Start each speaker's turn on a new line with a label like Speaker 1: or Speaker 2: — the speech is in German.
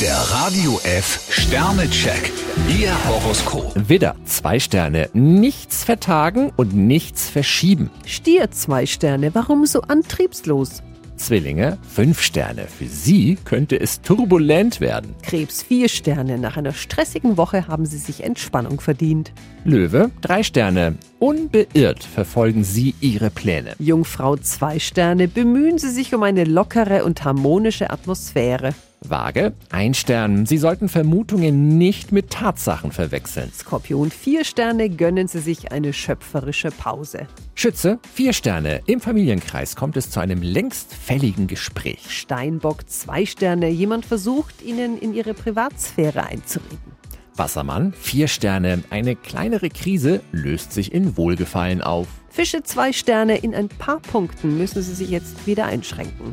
Speaker 1: Der Radio F Sternecheck. Ihr Horoskop.
Speaker 2: Widder, zwei Sterne. Nichts vertagen und nichts verschieben.
Speaker 3: Stier zwei Sterne, warum so antriebslos?
Speaker 2: Zwillinge, fünf Sterne. Für sie könnte es turbulent werden.
Speaker 3: Krebs vier Sterne, nach einer stressigen Woche haben Sie sich Entspannung verdient.
Speaker 2: Löwe, drei Sterne. Unbeirrt verfolgen sie ihre Pläne.
Speaker 3: Jungfrau zwei Sterne, bemühen Sie sich um eine lockere und harmonische Atmosphäre.
Speaker 2: Waage, ein Stern. Sie sollten Vermutungen nicht mit Tatsachen verwechseln.
Speaker 3: Skorpion vier Sterne, gönnen Sie sich eine schöpferische Pause.
Speaker 2: Schütze, vier Sterne. Im Familienkreis kommt es zu einem längst fälligen Gespräch.
Speaker 3: Steinbock zwei Sterne, jemand versucht Ihnen in Ihre Privatsphäre einzureden.
Speaker 2: Wassermann, vier Sterne. Eine kleinere Krise löst sich in Wohlgefallen auf.
Speaker 3: Fische zwei Sterne, in ein paar Punkten müssen Sie sich jetzt wieder einschränken.